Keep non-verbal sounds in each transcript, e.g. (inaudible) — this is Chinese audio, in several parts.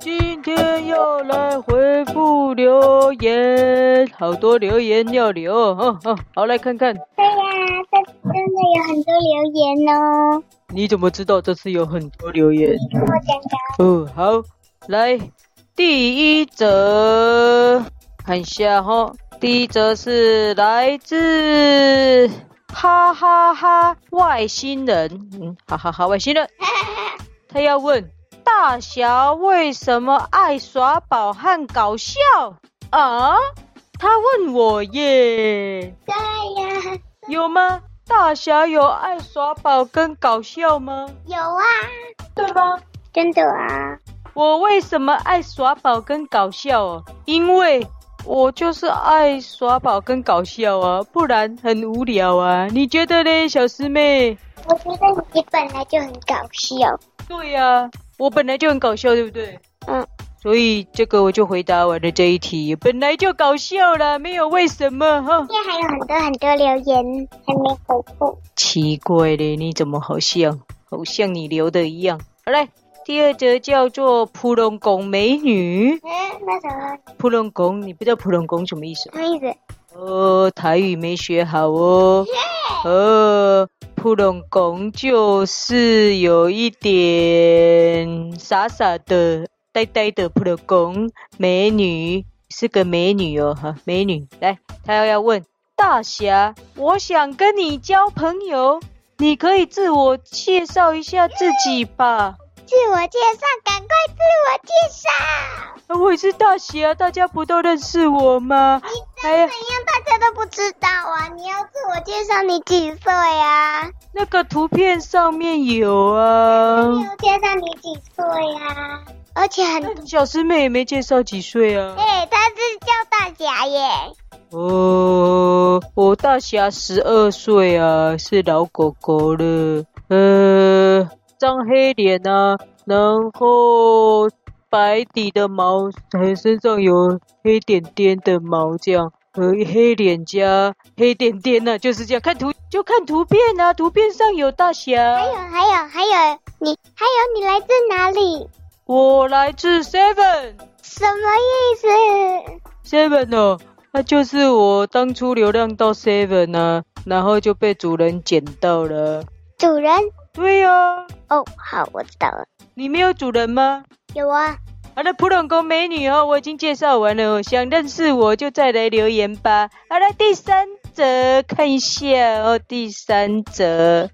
今天要来回复留言，好多留言要留，哦哦，好来看看，对呀、这真的有很多留言哦。你怎么知道这次有很多留言？我讲讲，哦，好，来，第一则，看一下哈。第一则是来自哈哈哈外星人，嗯，哈哈哈外星人，他要问大侠为什么爱耍宝和搞笑啊？他问我耶，对呀、有吗？大侠有爱耍宝跟搞笑吗？有啊，对吗？真的啊。我为什么爱耍宝跟搞笑哦？因为我就是爱耍宝跟搞笑啊，不然很无聊啊。你觉得嘞，小师妹？我觉得你本来就很搞笑，对呀、我本来就很搞笑，对不对？嗯，所以这个我就回答完了这一题，本来就搞笑啦，没有为什么哈。今天还有很多很多留言还没回复。奇怪嘞，你怎么好像好像你留的一样？好嘞，第二则叫做扑龙宫美女，嗯，那什么扑龙宫，你不知道扑龙宫什么意思吗？什么意思？哦，台语没学好哦。呃，扑龙宫就是有一点傻傻的、呆呆的扑龙宫美女，是个美女哦，哈，美女。来，他要要问大侠，我想跟你交朋友，你可以自我介绍一下自己吧。自我介绍，赶快自我介绍。啊我是大侠，大家不都认识我吗？你哎呀长怎样，大家都不知道啊。你要自我介绍，你几岁啊？那个图片上面有啊。自我介绍你几岁啊？而且很，那 (laughs) 小师妹也没介绍几岁啊？哎、他是叫大侠耶。哦，我大侠十二岁啊，是老狗狗了。呃，张黑脸啊，然后白底的毛，呃，身上有黑点点的毛，这样。呃，黑脸加黑点点呢、啊，就是这样。看图就看图片啊，图片上有大还侠有。还有还有，你还有你来自哪里？我来自 Seven。什么意思？ Seven 哦，那就是我当初流浪到 Seven 啊，然后就被主人捡到了。主人？对呀、哦，好，我知道了。你没有主人吗？有啊，好了，普朗宫美女哦，我已经介绍完了哦，想认识我就再来留言吧。好了，第三则看一下哦，第三则，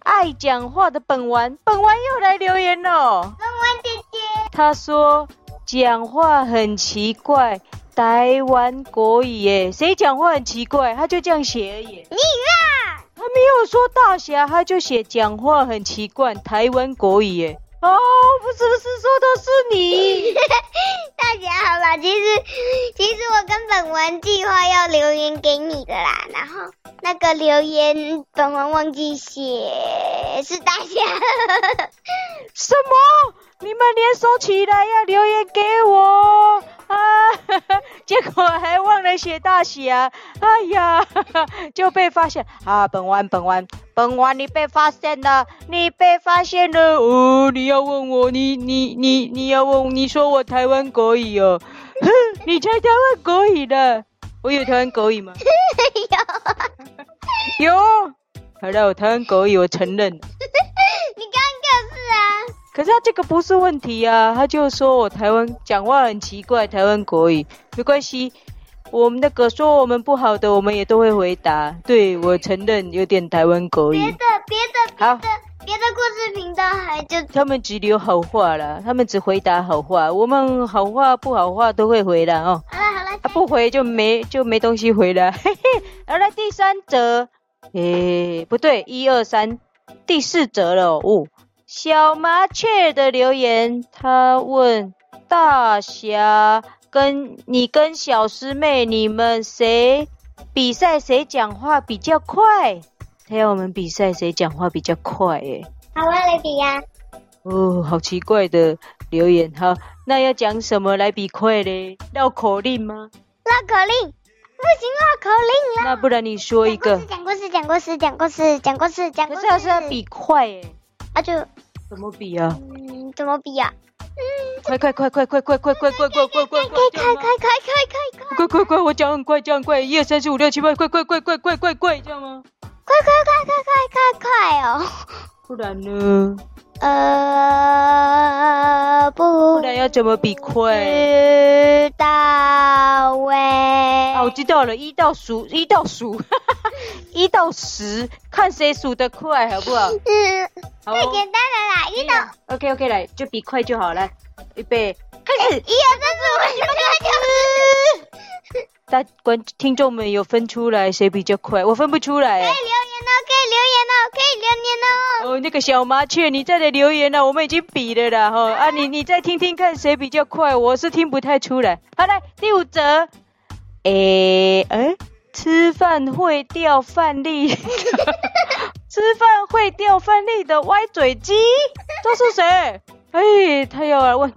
爱讲话的本丸，本丸又来留言了、文文姐姐。他说讲话很奇怪，台湾国语耶，谁讲话很奇怪？他就这样写而已。你啦，他没有说大侠，他就写讲话很奇怪，台湾国语耶。哦，不是不是说的是你， (laughs) 大家好啦，其实其实我跟本文计划要留言给你的啦，然后那个留言本文忘记写，是大 (laughs) 哎家。什么？你们联手起来要留言给我啊！ (laughs) 结果还忘了写大侠，哎呀， (laughs) 就被发现啊！本丸本丸本丸，你被发现了，你被发现了！哦，你要问我，你你你你要问，你说我台湾国语哦， (laughs) 哼，你才台湾国语的，我有台湾国语吗？有，有，好了，我台湾国语我承认。你刚刚就是啊，可是他这个不是问题啊，他就说我台湾讲话很奇怪，台湾国语没关系。我们那个说我们不好的，我们也都会回答。对我承认有点台湾国别语的，别的别好的别的故事频道还就啊他们只留好话啦，他们只回答好话，我们好话不好话都会回啦哦。好了好了，啊，不回就没就没东西回了。 (laughs) 嘿嘿，而来第三则，诶、不对，一二三，第四则了哦。哦小麻雀的留言，他问大侠跟你跟小师妹，你们谁比赛谁讲话比较快？他要我们比赛谁讲话比较快、诶。好我来比呀、哦，好奇怪的留言哈。好那要讲什么来比快嘞？绕口令吗？绕口令，不行绕口令啦。那不然你说一个，讲故事，讲故事，讲故事，讲故事，讲故可事，是还是要比快耶、啊就怎么比啊？嗯怎么比啊？快快快快快快快快快快快快快快快快快快快快快快！我讲很快，讲很快，一二三四五六七八，快快快快快快快，这样吗？快快快快快快快哦！不然呢？呃，不不然要怎么比快？知道喂。啊，我知道了，一到数，一到数，一到十，看谁数得快，好不好？嗯，好太简单了啦，一到。 OK OK，来，就比快就好，来，预备，开始。一二三四五六七八九十。大观听众们有分出来谁比较快？我分不出来可哎以。留言哦，可以留言哦，可以留言哦。哦，那个小麻雀，你在的留言啊呢、我们已经比了啦哈。啊，你你再听听看谁比较快，我是听不太出来。好，来第五则，诶、诶、吃饭会掉饭粒，吃饭会掉饭粒的歪嘴鸡，这是谁？哎、他要来问，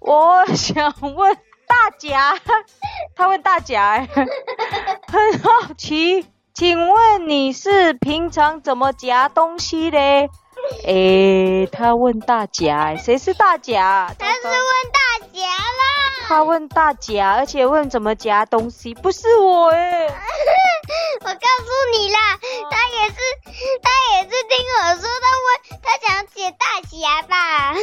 我想问大家，他问大家、 (laughs) 哎很好奇，请问你是平常怎么夹东西嘞？诶，他问大家，诶谁是大家？他是问大家啦，他问大家，而且问怎么夹东西，不是我哎诶。 (laughs) 我告诉你啦，他也是他也是听我说，他问他想写大侠吧。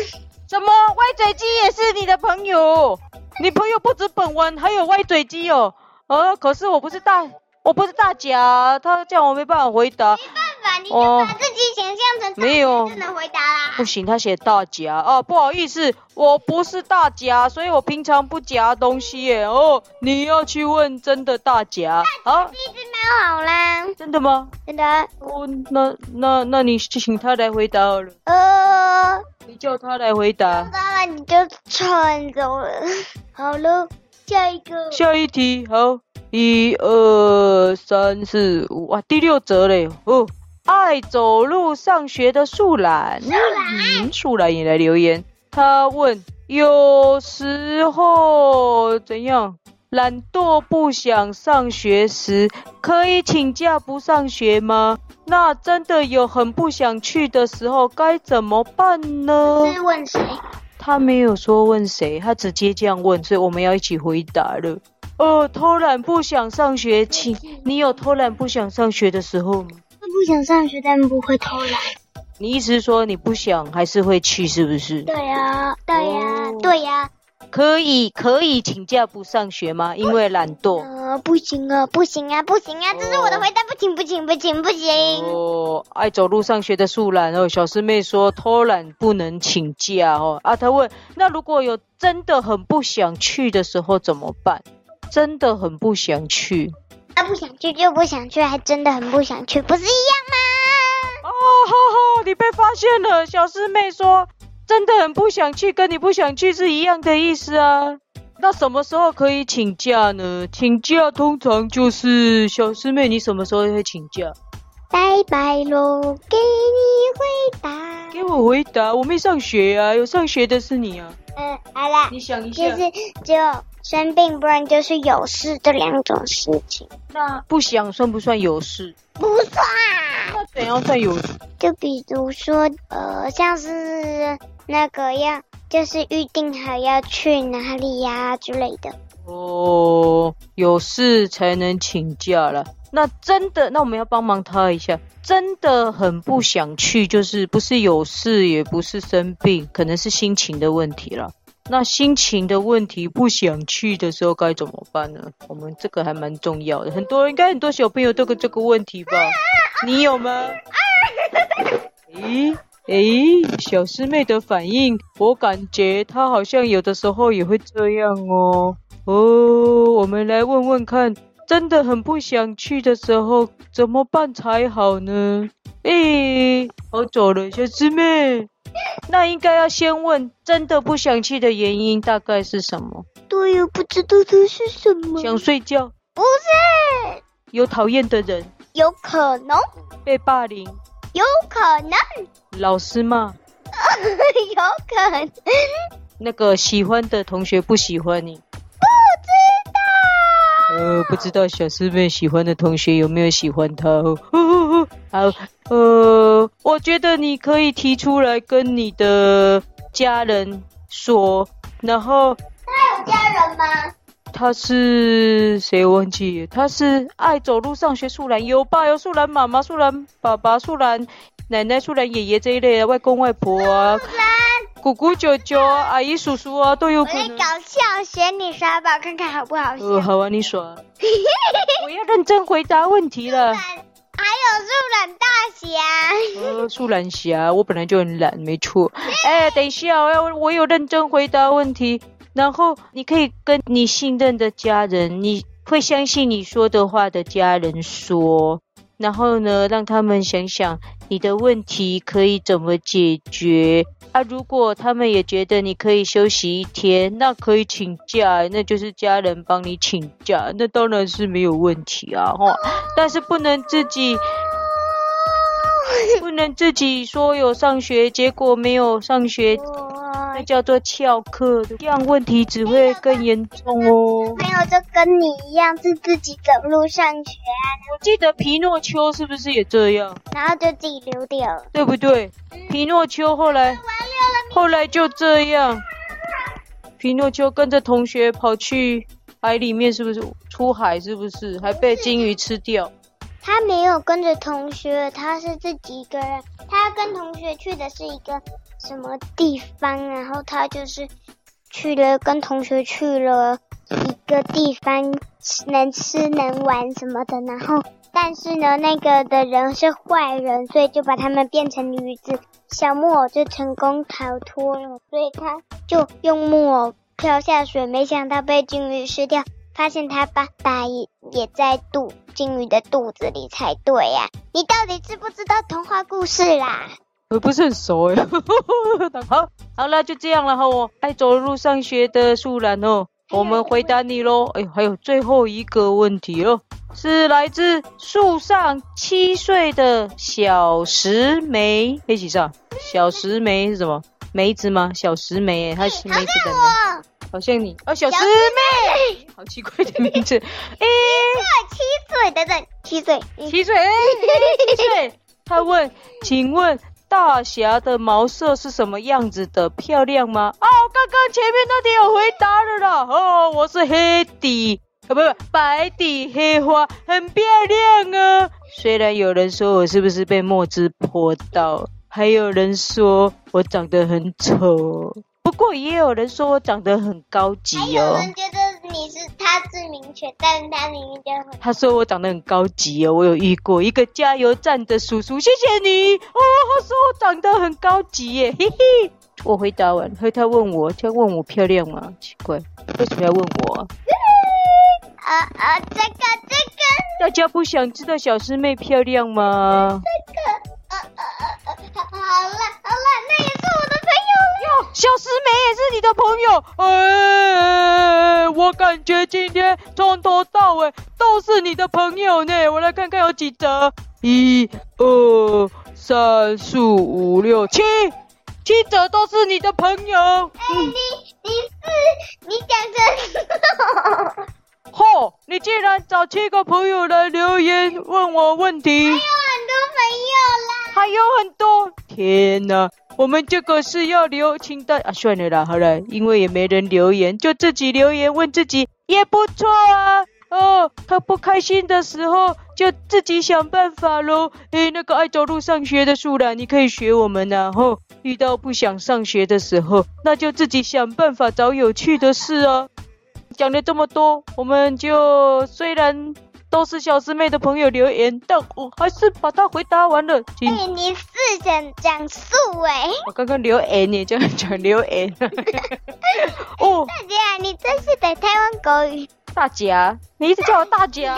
怎么歪嘴鸡也是你的朋友？你朋友不止本丸，还有歪嘴鸡哦。呃，可是我不是大，我不是大家，他这样我没办法回答。办法，你就哦把自己想象成大没有侠就能回答啦不。行，他写大夹哦，不好意思，我不是大夹，所以我平常不夹东西耶。哦，你要去问真的大夹啊？一只猫好啦，真的吗？真的。哦，那那那你请他来回答好了，呃，你叫他来回答。当然你就串走了。好了，下一个。下一题，好，一二三四五，哇，第六则嘞，哦，爱走路上学的树懒，嗯，树懒也来留言，他问，有时候怎样？懒惰不想上学时，可以请假不上学吗？那真的有很不想去的时候，该怎么办呢？是问谁？他没有说问谁，他直接这样问，所以我们要一起回答了。哦，偷懒不想上学，请你有偷懒不想上学的时候吗？不想上学，但不会偷懒。你意思说你不想还是会去，是不是？对呀，对呀哦，对啊呀。可以可以请假不上学吗？因为懒惰。呃，不行啊，不行啊，不行啊！这是我的回答，不行，不行，不行，不行。哦，爱走路上学的树懒哦，小师妹说偷懒不能请假哦。啊，她问，那如果有真的很不想去的时候怎么办？真的很不想去，那不想去就不想去，还真的很不想去，不是一样哦，吼吼，你被发现了！小师妹说，真的很不想去，跟你不想去是一样的意思啊。那什么时候可以请假呢？请假通常就是小师妹，你什么时候会请假？吗？拜拜喽，给你回答。给我回答，我没上学啊，有上学的是你啊。嗯，好啦，你想一就下，是只有生病，不然就是有事这两种事情，那不想算不算有事？不算。那怎样算有事？就比如说，呃，像是那个要，就是预定好要去哪里呀、之类的。哦，有事才能请假了。那真的，那我们要帮忙他一下。真的很不想去，就是不是有事，也不是生病，可能是心情的问题了。那心情的问题，不想去的时候该怎么办呢？我们这个还蛮重要的，很多人应该很多小朋友都有这个问题吧？你有吗？咦诶，小师妹的反应，我感觉她好像有的时候也会这样哦。哦，我们来问问看，真的很不想去的时候怎么办才好呢？诶，我走了，小师妹。那应该要先问，真的不想去的原因大概是什么？对呀，不知道这是什么想睡觉，嗯不是，有讨厌的人，有可能，被霸凌，有可能， (laughs) 老师骂，有可能，不那个喜欢的同学不喜欢你。知道。呃，不知道小师妹喜欢的同学有没有喜欢他 (laughs) 哦。哦哦哦好，呃，我觉得你可以提出来跟你的家人说，然后他有家人吗？他是谁忘记了？他是爱走路上学树懒，有爸有树懒妈妈、树懒爸爸、树懒奶奶、树懒爷爷这一类的外公外婆啊，不然姑姑舅舅啊、阿姨叔叔啊都有我可来能。搞笑选你耍宝，看看好不好笑。呃，好啊，你说啊。我要认真回答问题 (laughs) 了。还有树懒大侠，呃，树懒侠，我本来就很懒，没错。哎，等一下，我要我有认真回答问题。然后你可以跟你信任的家人，你会相信你说的话的家人说，然后呢，让他们想想你的问题可以怎么解决。啊，如果他们也觉得你可以休息一天，那可以请假，那就是家人帮你请假，那当然是没有问题啊，哈。但是不能自己不能自己说有上学，结果没有上学，我那叫做翘课，这样问题只会更严重哦。没有就跟你一样是自己走路上学，我记得皮诺丘是不是也这样，然后就自己溜掉了。对不对？皮诺丘后来完了后来就这样，皮诺丘跟着同学跑去海里面，是不是出海？是不是还被金鱼吃掉？他没有跟着同学，他是自己一个人。他跟同学去的是一个什么地方，然后他就是去了跟同学去了一个地方，能吃能玩什么的。然后，但是呢，那个的人是坏人，所以就把他们变成驴子。小木偶就成功逃脱了，所以他就用木偶跳下水，没想到被鲸鱼吃掉。发现他爸爸也也在肚鲸鱼的肚子里才对呀、你到底知不知道童话故事啦？我不是很熟哎。 (laughs) 好，好了，就这样了哈。我爱走路上学的树懒哦，我们回答你喽。哎呦，还有最后一个问题喽，是来自树上七岁的小石梅。一起上，小石梅是什么？梅子吗？小石梅欸哎耶，它是梅子的梅，我好像你哦，小石妹，好奇怪的名字。 (laughs) 诶、七岁，等等，七岁，嗯七岁，哎、七岁。他问：“请问大侠的毛色是什么样子的？漂亮吗？”哦，刚刚前面那题有回答了啦。哦，我是黑底，呃、不不，白底黑花，很漂亮啊。虽然有人说我是不是被墨汁泼到，还有人说我长得很丑，不过也有人说我长得很高级有哦。人觉得你是他是名犬，但他里面就会他说我长得很高级哦，我有遇过一个加油站的叔叔，谢谢你哦。他说我长得很高级耶，嘿嘿。我回答完，后他问我，他问我漂亮吗？奇怪，为什么要问我啊、呃呃，这个这个大家不想知道小师妹漂亮吗？这个，呃呃呃呃，好好了好了，那也是我的朋友了。小师妹也是你的朋友，哎，我感觉今天从头到尾都是你的朋友呢。我来看看有几折，一、二、三、四、五、六、七，七折都是你的朋友。哎，你你是你讲的。 (laughs) 嚯，你竟然找七个朋友来留言问我问题，有很多朋友啦。还有很多。天哪！我们这个是要留清单啊，算了啦，好了，因为也没人留言，就自己留言问自己也不错啊。哦，他不开心的时候就自己想办法喽。诶，那个爱走路上学的树懒，你可以学我们呐、然后遇到不想上学的时候，那就自己想办法找有趣的事啊。讲了这么多，我们就虽然都是小师妹的朋友留言，但我还是把它回答完了。请哎、你是讲讲素哎、我刚刚留言耶，这样讲留 (laughs) 言。哦，大姐啊，你真是的台湾国语。 (laughs) 大姐，啊你一直叫我大姐，啊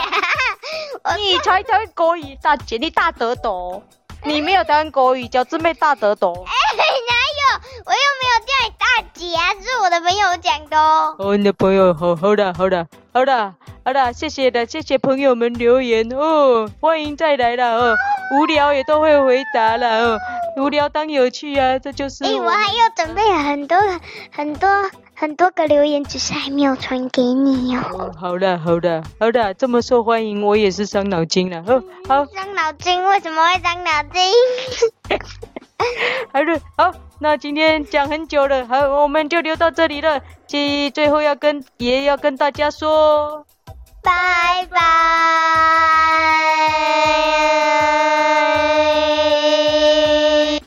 你才台湾国语大姐，你大得斗，你没有台湾国语，叫姊妹大得斗。哎、哪有？我又没有叫你大姐啊，是我的朋友讲的哦。哦，你的朋友，好好啦，好啦，好啦，好啦，谢谢啦，谢谢朋友们留言哦，欢迎再来啦哦，无聊也都会回答啦哦，无聊当有趣啊，这就是哎、我我还有准备了很多很多很多个留言，只是还没有传给你哦。哦好啦，好啦，好啦，这么受欢迎，我也是伤脑筋了哦，好。 (laughs) 伤脑筋，为什么会伤脑筋？还是好，那今天讲很久了，好，我们就留到这里了。这最后要跟也要跟大家说，拜拜。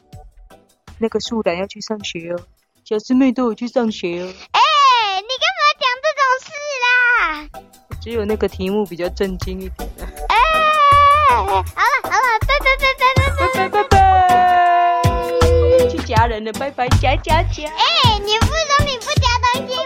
那个树懒要去上学哦，小师妹都有去上学哦，哎、你干嘛讲这种事啦？只有那个题目比较震惊一点。哎、好了好了，拜拜拜拜拜拜拜。拜拜拜，去夹人了，拜拜，夹夹夹。哎、你不说你不夹东西，